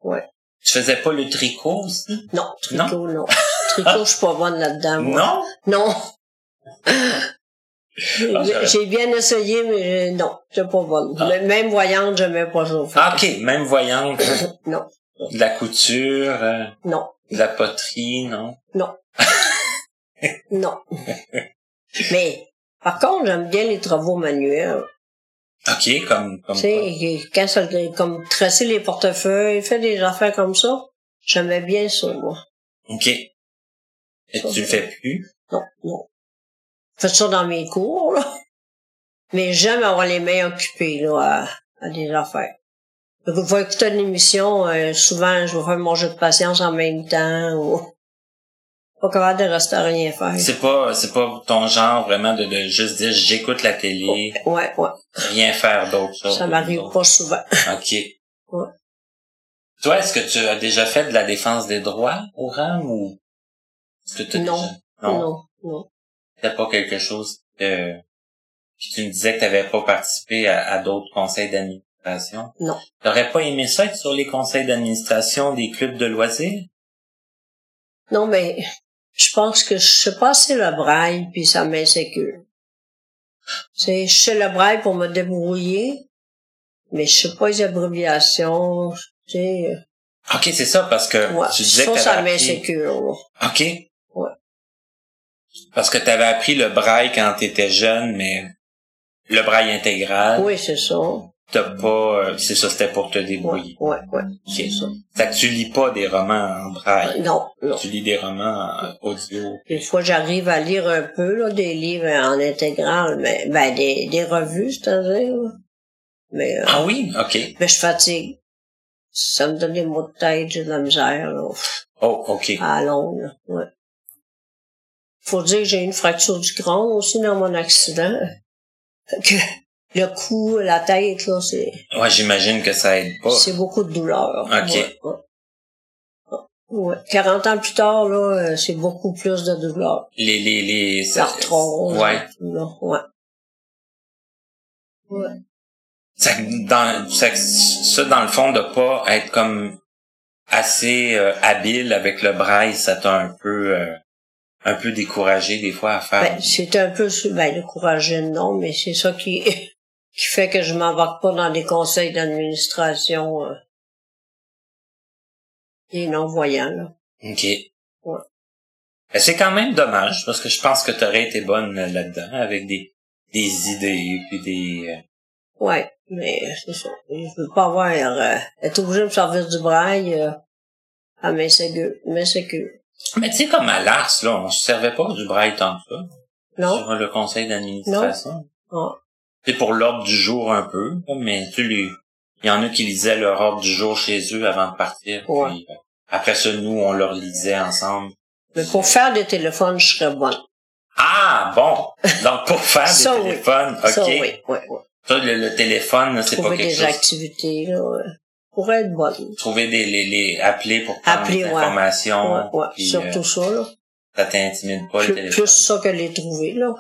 S2: Ouais.
S1: tu faisais pas le tricot aussi
S2: Non, tricot, non. tricot, je suis pas bonne là-dedans, Ah, moi.
S1: non
S2: Non.
S1: Ah, j'aurais-
S2: J'ai j'ai bien essayé, mais j'ai- non, c'est pas bonne.
S1: Ah.
S2: Même- Même voyante, j'aimais pas ça.
S1: Ah, ok même voyante
S2: Non,
S1: de la couture euh,
S2: non,
S1: de la poterie non
S2: non. mais, par contre, j'aime bien les travaux manuels.
S1: ok comme comme
S2: Tu sais, quand ça, comme tresser les portefeuilles, faire des affaires comme ça, j'aimais bien ça, moi.
S1: ok et tu le fais plus
S2: Non, non. Je fais ça dans mes cours, là. Mais j'aime avoir les mains occupées, là, à, à des affaires. Donc, je vais écouter une émission, euh, souvent, je vais faire mon jeu de patience en même temps, ou... Pas capable de rester à rien faire.
S1: c'est pas c'est pas ton genre vraiment de, de juste dire j'écoute la télé
S2: Ouais, ouais.
S1: rien faire d'autre.
S2: Oh. Ça m'arrive pas souvent.
S1: OK.
S2: Ouais.
S1: Toi, est-ce que tu as déjà fait de la défense des droits au RAM ou est-ce que tu
S2: Non.
S1: Non.
S2: Non, non.
S1: C'était pas quelque chose que puis tu me disais que tu n'avais pas participé à, à d'autres conseils d'administration.
S2: Non.
S1: T'aurais pas aimé ça être sur les conseils d'administration des clubs de loisirs?
S2: Non, mais je pense que je sais pas assez le braille, puis ça m'insécure. C'est je sais le braille pour me débrouiller, mais je sais pas les abréviations, tu sais.
S1: OK, c'est ça, parce que
S2: Ouais.
S1: tu disais
S2: ça,
S1: que t'avais
S2: ça
S1: appris...
S2: m'insécure. ouais.
S1: OK.
S2: Ouais.
S1: Parce que t'avais appris le braille quand t'étais jeune, mais le braille intégral,
S2: Oui, c'est ça.
S1: t'as pas... euh, c'est ça, c'était pour te
S2: Ouais,
S1: débrouiller.
S2: ouais, ouais, c'est ça.
S1: Ça que tu lis pas des romans en braille.
S2: Non, non.
S1: Tu lis des romans euh, audio.
S2: Des fois, j'arrive à lire un peu là, des livres en intégrale, mais ben des, des revues, c'est-à-dire. là. Mais, euh,
S1: Ah oui? OK.
S2: mais je fatigue. Ça me donne des maux de tête, j'ai de la misère là,
S1: Oh, OK.
S2: à longue. là, Ouais. Faut dire que j'ai une fracture du crâne aussi dans mon accident. Fait que le cou, la tête, là, c'est
S1: Ouais, j'imagine que ça aide pas.
S2: c'est beaucoup de douleur.
S1: Oh.
S2: hein.
S1: Ok.
S2: Ouais, ouais. Ouais. 40 ans plus tard, là, euh, c'est beaucoup plus de douleur.
S1: Les, les, les... ça-
S2: L'arthrose.
S1: Ouais.
S2: tout, là, ouais.
S1: Ça, dans, ça, ça, dans le fond, de pas être comme assez euh, habile avec le braille, ça t'a un peu euh, un peu découragé des fois à faire.
S2: Ben, c'est un peu su- ben, découragé, non, mais c'est ça qui, qui fait que je m'embarque pas dans des conseils d'administration euh, des non-voyants. là.
S1: ok.
S2: Ouais.
S1: Ben, c'est quand même dommage parce que je pense que t'aurais été bonne euh, là-dedans avec des des idées puis des. euh,
S2: Ouais, mais c'est ça. Je veux pas avoir euh, être obligé de me servir du braille euh, à mes sécu- mes sécu.
S1: Mais tu sais comme à l'Ars là, on se servait pas du braille tant que ça
S2: Non?
S1: sur le conseil d'administration.
S2: Non.
S1: C'est pour l'ordre du jour un peu, mais tu sais, les- il y en a qui lisaient leur ordre du jour chez eux avant de partir.
S2: Ouais.
S1: puis, euh, après ça, nous, on leur lisait ensemble.
S2: Mais pour faire des téléphones, je serais bonne.
S1: Ah, bon! Donc, pour faire des
S2: Ça, oui.
S1: téléphones, OK.
S2: Ça, oui, oui, oui.
S1: Ça, le, le téléphone, là, c'est pas
S2: Trouver
S1: quelque
S2: des
S1: chose...
S2: activités, là, ouais. pour être bonne.
S1: Trouver des... Les, les- appeler pour prendre
S2: Appeler,
S1: des
S2: ouais.
S1: informations.
S2: Ouais, ouais.
S1: puis,
S2: Surtout
S1: euh,
S2: ça, là.
S1: ça t'intimide pas, le
S2: plus,
S1: téléphone.
S2: plus ça que les trouver, là.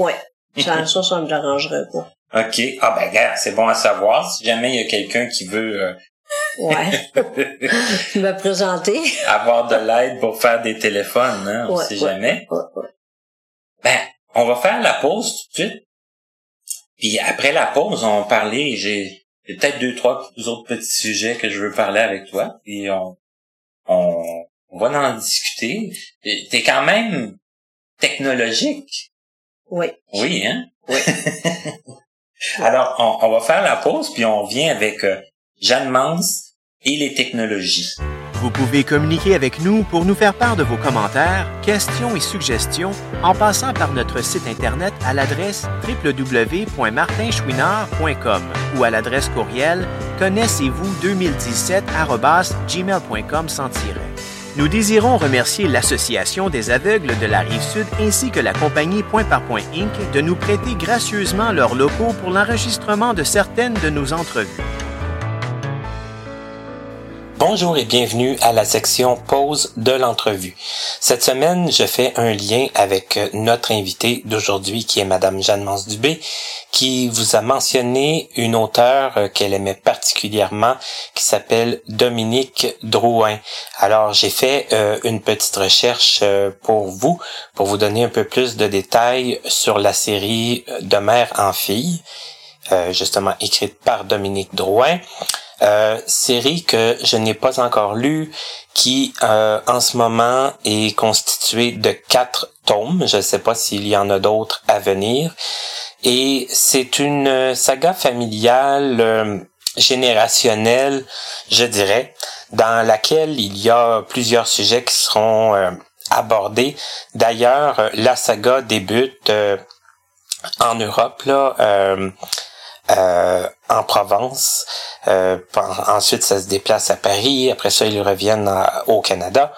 S2: ouais. Ça, ça, ça me dérangerait pas.
S1: OK. Ah, ben, regarde, c'est bon à savoir. Si jamais il y a quelqu'un qui veut... euh,
S2: Ouais. me présenter.
S1: avoir de l'aide pour faire des téléphones, hein, on
S2: Ouais,
S1: sait
S2: ouais.
S1: jamais.
S2: Ouais, ouais.
S1: Ben, on va faire la pause tout de suite. Puis après la pause, on va parler. J'ai j'ai peut-être deux, trois autres petits sujets que je veux parler avec toi. Puis on, on, on va en discuter. Et T'es quand même technologique.
S2: Ouais.
S1: Oui, hein?
S2: Oui.
S1: Alors, on, on va faire la pause, puis on vient avec euh, Jeanne Mans et les technologies.
S3: Vous pouvez communiquer avec nous pour nous faire part de vos commentaires, questions et suggestions en passant par notre site Internet à l'adresse www.martinchouinard.com ou à l'adresse courriel connaissez-vous 2017-gmail.com sans tiret. Nous désirons remercier l'Association des aveugles de la Rive-Sud ainsi que la compagnie Point par Point Inc. de nous prêter gracieusement leurs locaux pour l'enregistrement de certaines de nos entrevues.
S1: Bonjour et bienvenue à la section pause de l'entrevue. Cette semaine, je fais un lien avec notre invitée d'aujourd'hui qui est madame Jeanne Mance-Dubé qui vous a mentionné une auteure euh, qu'elle aimait particulièrement qui s'appelle Dominique Drouin. Alors, j'ai fait euh, une petite recherche euh, pour vous pour vous donner un peu plus de détails sur la série De mère en fille euh, justement écrite par Dominique Drouin. Euh, série que je n'ai pas encore lue, qui euh, en ce moment est constituée de quatre tomes. Je ne sais pas s'il y en a d'autres à venir. Et c'est une saga familiale euh, générationnelle, je dirais, dans laquelle il y a plusieurs sujets qui seront euh, abordés. D'ailleurs, euh, la saga débute euh, en Europe, là, euh, euh, en Provence. Euh, pen- ensuite, ça se déplace à Paris. Après ça, ils reviennent à- au Canada.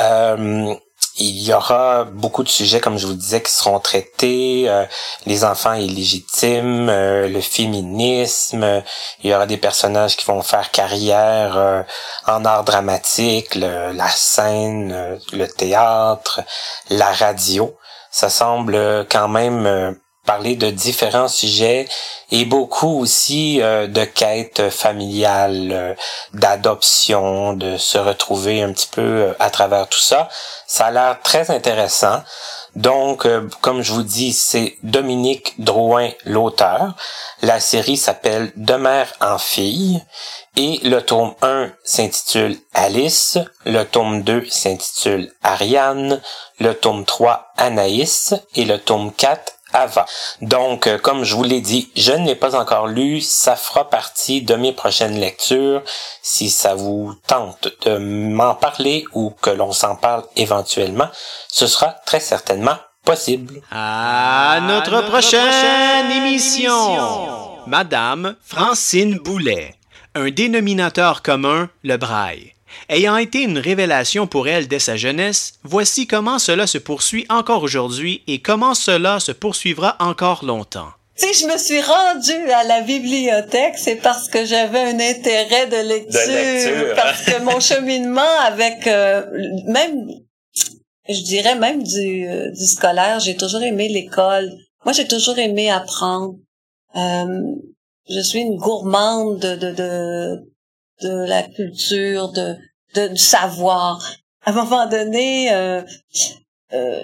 S1: Euh, il y aura beaucoup de sujets, comme je vous le disais, qui seront traités. euh, les enfants illégitimes, euh, le féminisme. euh, il y aura des personnages qui vont faire carrière euh, en art dramatique, le- la scène, euh, le théâtre, la radio. Ça semble euh, quand même euh, parler de différents sujets et beaucoup aussi euh, de quêtes familiales, euh, d'adoption, de se retrouver un petit peu euh, à travers tout ça. Ça a l'air très intéressant. Donc, euh, comme je vous dis, c'est Dominique Drouin l'auteur. La série s'appelle De mère en fille Et le tome 1 s'intitule Alice, le tome 2 s'intitule Ariane, le tome 3 Anaïs et le tome 4 Ava. Donc, euh, comme je vous l'ai dit, je ne l'ai pas encore lu, ça fera partie de mes prochaines lectures. Si ça vous tente de m'en parler ou que l'on s'en parle éventuellement, ce sera très certainement possible.
S3: À notre, prochaine, émission. Madame Francine Boulet. Un dénominateur commun, le braille. Ayant été une révélation pour elle dès sa jeunesse, voici comment cela se poursuit encore aujourd'hui et comment cela se poursuivra encore longtemps.
S2: Si je me suis rendue à la bibliothèque, c'est parce que j'avais un intérêt de lecture,
S1: De lecture.
S2: parce que mon cheminement avec euh, même, je dirais même du, euh, du scolaire, j'ai toujours aimé l'école. Moi, j'ai toujours aimé apprendre. Euh, je suis une gourmande de de de, de la culture, de, de du savoir. À un moment donné, euh, euh,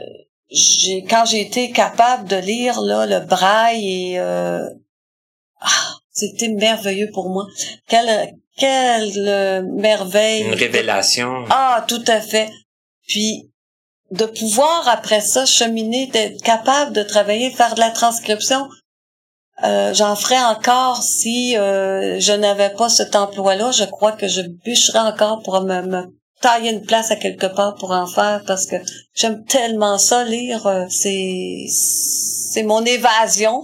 S2: j'ai quand j'ai été capable de lire là le braille et euh, ah, c'était merveilleux pour moi quelle quelle euh, merveille
S1: Une révélation.
S2: ah tout à fait puis de pouvoir après ça cheminer d'être capable de travailler faire de la transcription euh, j'en ferais encore si euh, je n'avais pas cet emploi-là. Je crois que je bûcherais encore pour me, me tailler une place à quelque part pour en faire parce que j'aime tellement ça lire. euh, C'est c'est mon évasion.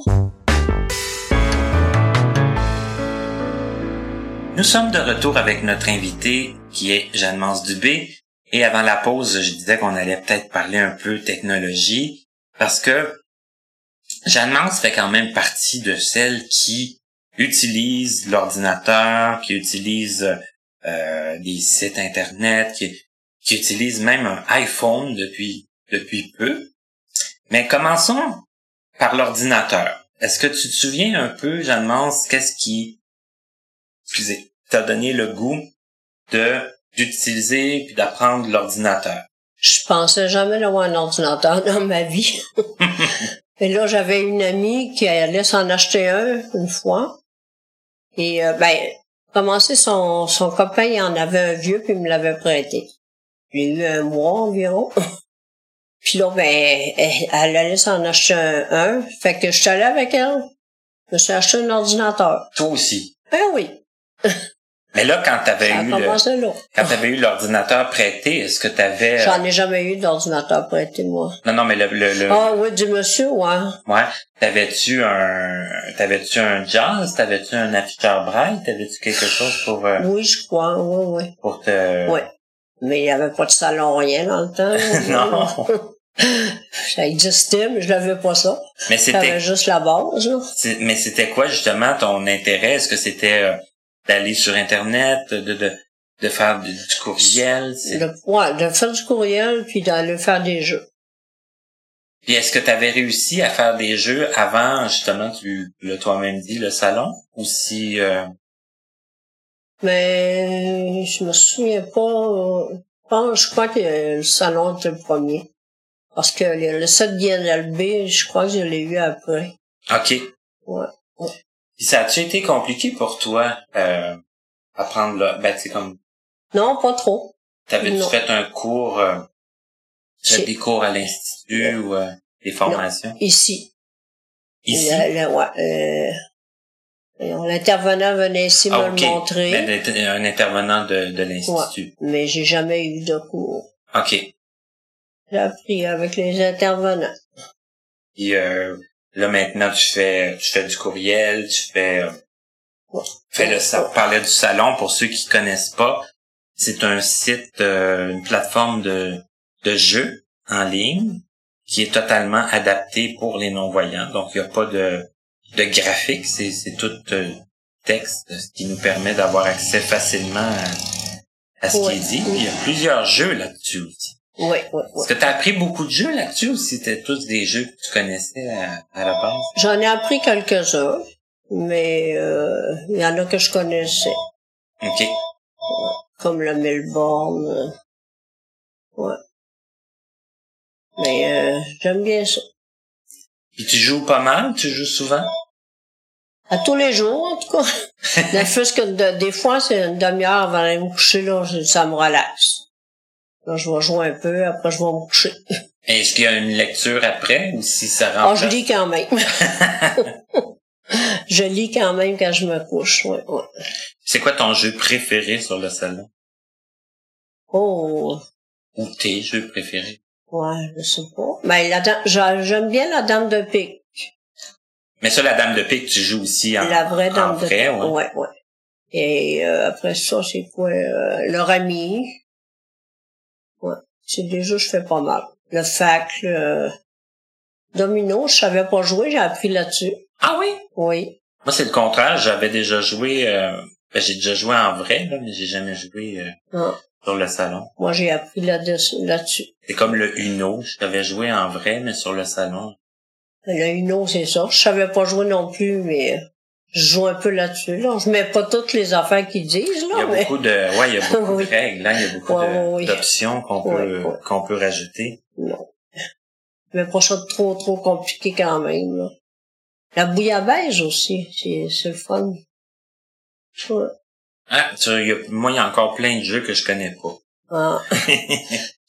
S1: Nous sommes de retour avec notre invité qui est Jeanne-Mance Dubé. Et avant la pause, je disais qu'on allait peut-être parler un peu technologie parce que Jeanne-Mance fait quand même partie de celles qui utilisent l'ordinateur, qui utilisent euh, des sites internet, qui, qui utilisent même un iPhone depuis, depuis peu. Mais commençons par l'ordinateur. Est-ce que tu te souviens un peu, Jeanne-Mance, qu'est-ce qui excusez, t'a donné le goût de d'utiliser puis d'apprendre l'ordinateur.
S4: Je pensais jamais d'avoir un ordinateur dans ma vie. Et là, j'avais une amie qui allait s'en acheter un une fois. Et euh, ben, commencé son, son copain, il en avait un vieux, puis il me l'avait prêté. J'ai eu un mois environ. puis là, ben, elle, elle allait s'en acheter un, un. Fait que je suis allée avec elle. Je me suis acheté un ordinateur.
S1: Toi aussi.
S4: Ben oui,
S1: Mais là, quand t'avais
S4: ça a
S1: eu Ben le-
S4: commencé là.
S1: quand t'avais eu l'ordinateur prêté, est-ce que t'avais euh,
S4: J'en ai jamais eu d'ordinateur prêté, moi.
S1: non non mais le, le, le-
S4: Ah oui, du monsieur, ouais.
S1: ouais t'avais-tu un t'avais-tu un jazz t'avais-tu un afficheur braille t'avais-tu quelque chose pour euh,
S4: Oui, je crois, oui, oui.
S1: pour te
S4: Ouais. Mais il n'y avait pas de salon, rien dans le temps.
S1: non
S4: Ça existait, mais je l'avais pas ça.
S1: mais
S4: J'avais
S1: c'était
S4: juste la base. là.
S1: c'est- mais c'était quoi justement ton intérêt est-ce que c'était euh, d'aller sur internet de de de faire du, du courriel C'est-
S4: Le, ouais, de faire du courriel puis d'aller faire des jeux.
S1: Puis est-ce que tu avais réussi à faire des jeux avant, justement, tu l'as toi-même dit, le salon? Ou si... euh,
S4: Mais je me souviens pas. euh, je pense- Je crois que le salon était le premier. Parce que le, le set d'INLB, je crois que je l'ai eu après.
S1: OK.
S4: Ouais.
S1: Puis ça a-tu été compliqué pour toi euh, apprendre là? Ben, c'est comme...
S4: Non, pas trop.
S1: T'avais-tu
S4: Non.
S1: fait un cours... Euh, tu fais
S4: Chez-
S1: des cours à l'institut ou euh, des formations?
S4: Ici.
S1: Ici?
S4: Le- le- ouais, euh, et on- L'intervenant venait ici
S1: Ah,
S4: me
S1: OK.
S4: le montrer.
S1: Ben, d'être un intervenant de, de l'institut.
S4: mais j'ai jamais eu de cours.
S1: OK.
S4: J'ai appris avec les intervenants.
S1: Puis euh, là, maintenant, tu fais tu fais du courriel, tu fais... euh,
S4: Ouais.
S1: Fait le sa- parlait du salon pour ceux qui connaissent pas. C'est un site, euh, une plateforme de de jeu en ligne qui est totalement adaptée pour les non-voyants. Donc il n'y a pas de de graphique, c'est c'est tout euh, texte, ce qui nous permet d'avoir accès facilement à, à ce
S4: Ouais.
S1: qui est dit. Il y a plusieurs jeux là-dessus aussi.
S4: Oui, oui, oui.
S1: Est-ce que tu as appris beaucoup de jeux là-dessus ou c'était tous des jeux que tu connaissais à, à la base?
S4: J'en ai appris quelques-uns, mais euh, il y en a que je connaissais,
S1: OK.
S4: comme le Melbourne. euh, Ouais. Mais euh, j'aime bien ça.
S1: Puis tu joues pas mal? Tu joues souvent?
S4: À tous les jours, en tout cas. Ne fût-ce que de- des fois, c'est une demi-heure avant d'aller me coucher, là, je- ça me relaxe. Là, je vais jouer un peu, après je vais me coucher.
S1: Est-ce qu'il y a une lecture après ou si ça
S4: Ah,
S1: rentre?
S4: je lis quand même. je lis quand même quand je me couche, ouais, ouais.
S1: C'est quoi ton jeu préféré sur le salon?
S4: Oh,
S1: Ou tes jeux préférés?
S4: ouais, je sais pas. Mais la dame, j'a- j'aime bien la dame de pique.
S1: Mais ça, la dame de pique, tu joues aussi en,
S4: la vraie
S1: Ah, en
S4: dame
S1: vrai,
S4: de pique.
S1: ouais.
S4: ouais, ouais. Et euh, après ça, c'est quoi? euh, leur ami. Ouais. C'est des jeux que je fais pas mal. Le fac, le domino, je savais pas jouer, j'ai appris là-dessus.
S1: Ah oui?
S4: Oui.
S1: Moi, c'est le contraire. J'avais déjà joué, euh, ben, j'ai déjà joué en vrai, là, mais j'ai jamais joué euh,
S4: Non.
S1: sur le salon.
S4: Moi, j'ai appris là-dessus. là-dessus.
S1: C'est comme le Uno. J'avais joué en vrai, mais sur le salon.
S4: Le Uno, c'est ça. Je savais pas jouer non plus, mais je joue un peu là-dessus. Là. Je mets pas toutes les affaires qu'ils disent,
S1: Il y
S4: là,
S1: a
S4: mais
S1: beaucoup de, ouais, il y a beaucoup
S4: Ah, Oui.
S1: de règles, hein, il y a beaucoup
S4: Ouais,
S1: de-
S4: ouais, oui.
S1: d'options qu'on
S4: Ouais,
S1: peut,
S4: ouais.
S1: qu'on peut rajouter.
S4: mais pas ça de trop, trop compliqué quand même. Là. La bouillabaisse aussi, c'est, c'est le fun. Ouais.
S1: Ah, tu, il y a, moi, il y a encore plein de jeux que je connais pas.
S4: Ah.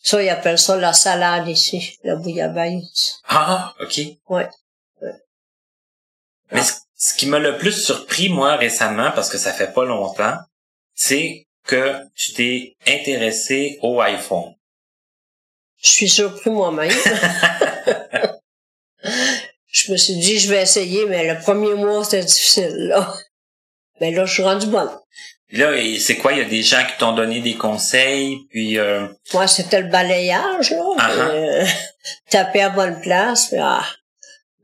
S4: ça, ils appellent ça la salade ici, la bouillabaisse.
S1: Ah, ok.
S4: Ouais.
S1: Mais ce, ce qui m'a le plus surpris, moi, récemment, parce que ça fait pas longtemps, c'est que tu t'es intéressé au iPhone.
S4: Je suis surpris moi-même. je me suis dit, je vais essayer, mais le premier mois, c'était difficile, là. Mais là, je suis rendue bonne.
S1: Puis Là, et c'est quoi? Il y a des gens qui t'ont donné des conseils, puis euh,
S4: Moi, c'était le balayage, là.
S1: Ah, ah.
S4: euh, taper à bonne place. puis, ah.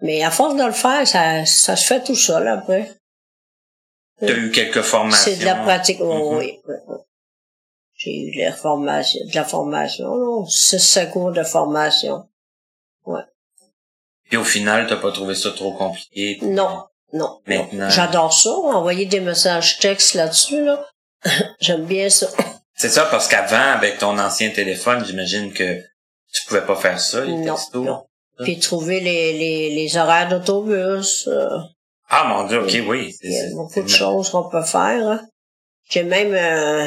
S4: Mais à force de le faire, ça, ça se fait tout seul après.
S1: t'as eu quelques formations.
S4: Euh, C'est de la pratique. oui,
S1: Mhm.
S4: oui, oui, oui. J'ai eu de la formation, de la formation, non? Six cinq cours de formation.
S1: Puis au final, t'as pas trouvé ça trop compliqué. puis-
S4: Non, non. non.
S1: Maintenant.
S4: J'adore ça, envoyer des messages textes là-dessus, là. J'aime bien ça.
S1: C'est ça, parce qu'avant, avec ton ancien téléphone, j'imagine que tu pouvais pas faire ça, les
S4: Non,
S1: textos. Hein?
S4: non. Puis trouver les, les, les horaires d'autobus. euh,
S1: Ah mon dieu, ok, oui. c'est-
S4: Il y a
S1: c'est-
S4: beaucoup
S1: c'est-
S4: de choses qu'on peut faire. hein. J'ai même euh,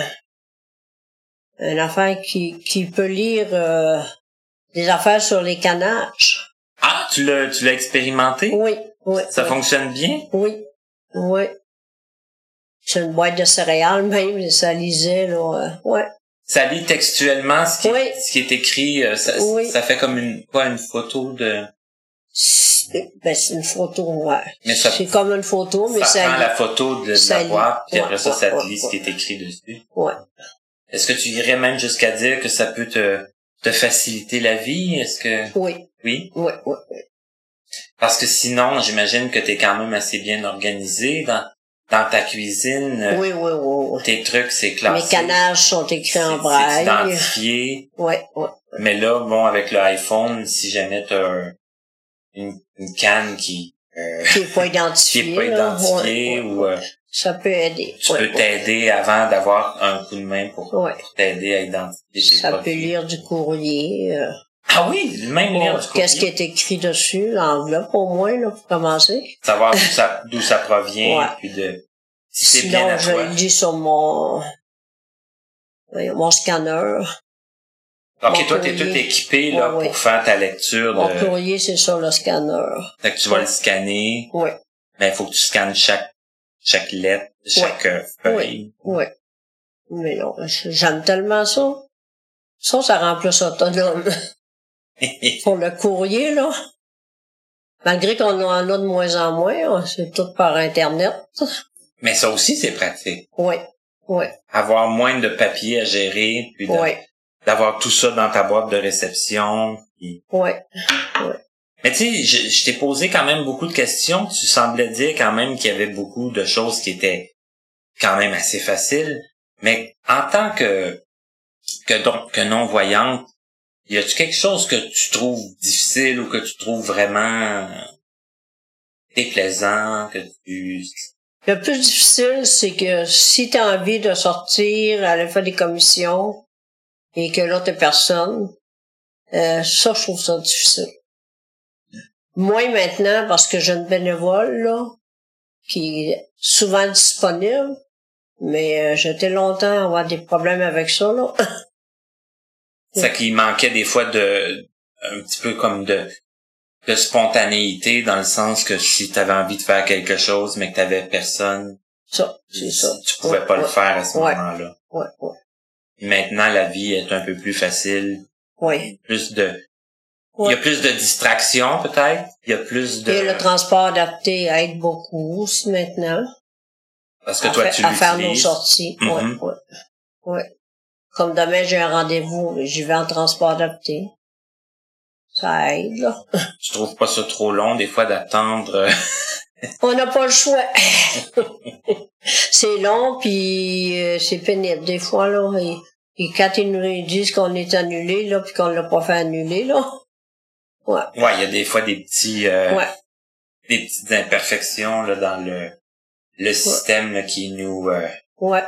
S4: un affaire qui, qui peut lire euh, des affaires sur les canaches.
S1: Ah, tu l'as, tu l'as expérimenté?
S4: Oui, oui.
S1: Ça
S4: oui,
S1: fonctionne bien?
S4: Oui, oui. C'est une boîte de céréales même, et ça lisait, là. euh, ouais.
S1: Ça lit textuellement ce qui, est-
S4: Oui.
S1: ce qui est écrit, euh, ça,
S4: Oui.
S1: ça fait comme une, quoi, une photo de...
S4: C'est- Ben, c'est une photo, ouais.
S1: Mais ça-
S4: C'est comme une photo, Oh, mais
S1: ça,
S4: ça,
S1: prend
S4: lit.
S1: la photo de, de
S4: ça
S1: la
S4: lit.
S1: boîte, puis
S4: Ouais,
S1: après ça,
S4: ouais,
S1: ça te
S4: ouais,
S1: lit ce qui est écrit dessus.
S4: Ouais.
S1: Est-ce que tu irais même jusqu'à dire que ça peut te, te faciliter la vie? Est-ce que...
S4: Oui,
S1: Oui.
S4: oui, oui.
S1: Parce que sinon, j'imagine que t'es quand même assez bien organisé dans, dans ta cuisine. euh,
S4: Oui, oui, oui, oui.
S1: Tes trucs, c'est
S4: Mes
S1: classé.
S4: canaches sont
S1: c'est-
S4: écrits en
S1: c'est
S4: braille.
S1: identifié.
S4: Ouais, ouais.
S1: Mais là, bon, avec le iPhone, si jamais t'as un- une, une canne qui, euh,
S4: Qui est pas
S1: qui
S4: identifié.
S1: est pas
S4: là. Ouais,
S1: identifiée
S4: ouais.
S1: ou euh,
S4: Ça peut aider.
S1: tu
S4: ouais,
S1: peux
S4: ouais.
S1: t'aider avant d'avoir un coup de main pour,
S4: Ouais.
S1: pour t'aider à identifier tes
S4: Ça peut
S1: produits.
S4: lire du courrier. euh,
S1: Ah oui, même lire
S4: bon,
S1: du
S4: Qu'est-ce qui
S1: courrier,
S4: est écrit dessus, l'enveloppe au moins, là, pour commencer.
S1: savoir d'où ça, d'où ça provient,
S4: Ouais.
S1: puis de si c'est bien à
S4: Sinon, je
S1: toi.
S4: le lis sur mon, voyons, mon scanner.
S1: Ok,
S4: mon
S1: toi, t'es tout
S4: courrier.
S1: équipé là
S4: Ouais,
S1: pour
S4: ouais.
S1: faire ta lecture.
S4: Mon
S1: De...
S4: courrier, c'est sur le scanner.
S1: Fait que tu vas le scanner,
S4: Oui,
S1: mais il faut que tu scannes chaque chaque lettre, chaque euh, feuille.
S4: oui. Mais non, j'aime tellement ça. Ça, ça rend plus autonome. pour le courrier, là. Malgré qu'on en a de moins en moins, hein, c'est tout par Internet.
S1: mais ça aussi, c'est pratique.
S4: Oui, oui,
S1: avoir moins de papier à gérer, puis de-
S4: oui,
S1: d'avoir tout ça dans ta boîte de réception. puis-
S4: oui.
S1: Mais tu sais, je, je t'ai posé quand même beaucoup de questions. Tu semblais dire quand même qu'il y avait beaucoup de choses qui étaient quand même assez faciles. Mais en tant que que, don- que non-voyante, y a-tu quelque chose que tu trouves difficile ou que tu trouves vraiment déplaisant, que tu...
S4: Le plus difficile, c'est que si tu as envie de sortir, aller faire des commissions et que l'autre personne, euh, ça, je trouve ça difficile. Moins maintenant, parce que je ne bénévole, là, puis souvent disponible, mais euh, j'étais longtemps à avoir des problèmes avec ça, là.
S1: C'est qu'il manquait des fois de un petit peu comme de de spontanéité dans le sens que si tu avais envie de faire quelque chose mais que tu avais personne,
S4: Ça, c'est ça.
S1: tu pouvais pas le
S4: Ouais,
S1: faire à ce
S4: Ouais.
S1: moment-là.
S4: Ouais, ouais,
S1: Maintenant la vie est un peu plus facile,
S4: ouais.
S1: plus de il y
S4: Ouais.
S1: a plus de distractions peut-être, il y a plus de
S4: Et le transport adapté aide beaucoup aussi maintenant.
S1: parce que toi
S4: à,
S1: tu
S4: fa- à faire nos
S1: l'utilises.
S4: sorties. Ouais,
S1: Mhm.
S4: ouais, ouais. Comme demain, j'ai un rendez-vous, j'y vais en transport adapté. Ça aide, là.
S1: Je trouve pas ça trop long des fois d'attendre euh,
S4: On n'a pas le choix. c'est long, puis euh, c'est pénible des fois, là. Et, et quand ils nous disent qu'on est annulé, là, puis qu'on l'a pas fait annuler, là. Ouais,
S1: Ouais, il y a des fois des petits euh,
S4: Ouais.
S1: des petites imperfections là dans le le système là, qui nous euh,
S4: ouais.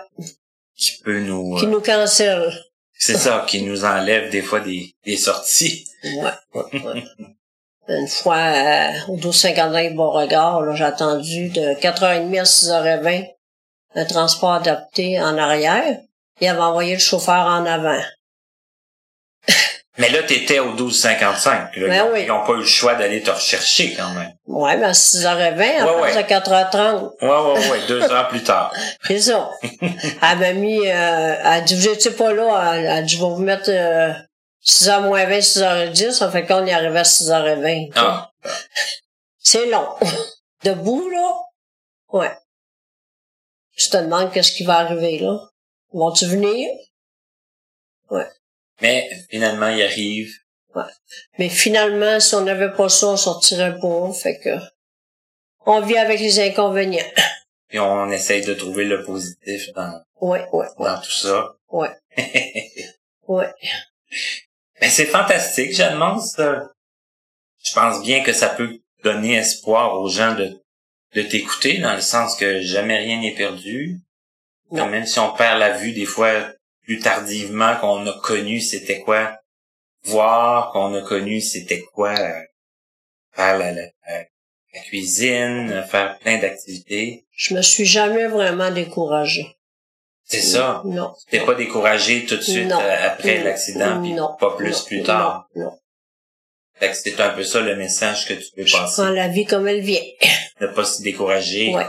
S1: qui peut nous
S4: Qui
S1: euh,
S4: nous cancellent.
S1: c'est ça qui nous enlève des fois des des sorties.
S4: Ouais, ouais, ouais. Une fois, euh, au 1255 Beauregard, là, j'ai attendu de 4h30 à 6h20 un transport adapté en arrière. Il avait envoyé le chauffeur en avant.
S1: Mais là t'étais au 1255. Là,
S4: Ben
S1: ils,
S4: oui.
S1: ils ont pas eu le choix d'aller te rechercher quand même.
S4: Ouais, mais à 6h20, à
S1: Ouais, ouais.
S4: partir de 4h30.
S1: Ouais ouais ouais, deux heures plus tard.
S4: C'est ça. elle m'a mis, euh, elle a dit, vous étiez pas là, elle, elle a dit, je vais vous mettre euh, 6h moins 20, 6h10. Ça fait qu'on est arrivé à 6h20.
S1: Ah.
S4: C'est long. Debout, là? Ouais. Je te demande qu'est-ce qui va arriver, là. Vont-tu venir?
S1: Mais finalement ils arrivent.
S4: Mais finalement, si on n'avait pas ça, on sortirait pas. Fait que, on vit avec les inconvénients.
S1: Puis on essaye de trouver le positif dans,
S4: Ouais, ouais, ouais,
S1: dans tout ça.
S4: Ouais. ouais.
S1: Mais Ben, c'est fantastique, Jeanne Mons. Euh, Je pense bien que ça peut donner espoir aux gens de, de t'écouter, dans le sens que jamais rien n'est perdu.
S4: Non.
S1: Même si on perd la vue des fois plus tardivement qu'on a connu c'était quoi voir, qu'on a connu c'était quoi euh, faire la, la- la- la cuisine, faire plein d'activités.
S4: Je me suis jamais vraiment découragée.
S1: C'est ça.
S4: Non.
S1: T'es pas découragé tout de suite
S4: Non.
S1: euh, après
S4: Non.
S1: l'accident, puis
S4: Non.
S1: pas plus
S4: Non.
S1: plus tard.
S4: Non, non.
S1: Fait que c'est un peu ça le message que tu peux
S4: Je
S1: passer.
S4: prends la vie comme elle vient.
S1: Ne pas se décourager.
S4: Ouais.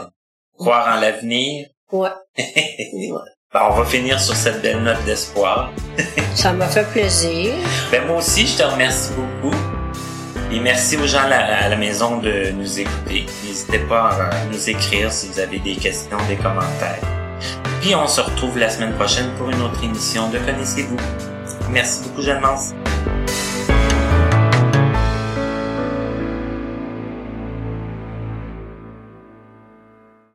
S1: Croire en l'avenir.
S4: Ouais.
S1: ben,
S4: ouais.
S1: on va finir sur cette belle note d'espoir.
S4: Ça m'a fait plaisir.
S1: Ben, moi aussi, je te remercie beaucoup. Et merci aux gens à la, à la maison de nous écouter. N'hésitez pas à nous écrire si vous avez des questions, des commentaires. Puis on se retrouve la semaine prochaine pour une autre émission de Connaissez-vous. Merci beaucoup, Jeannance.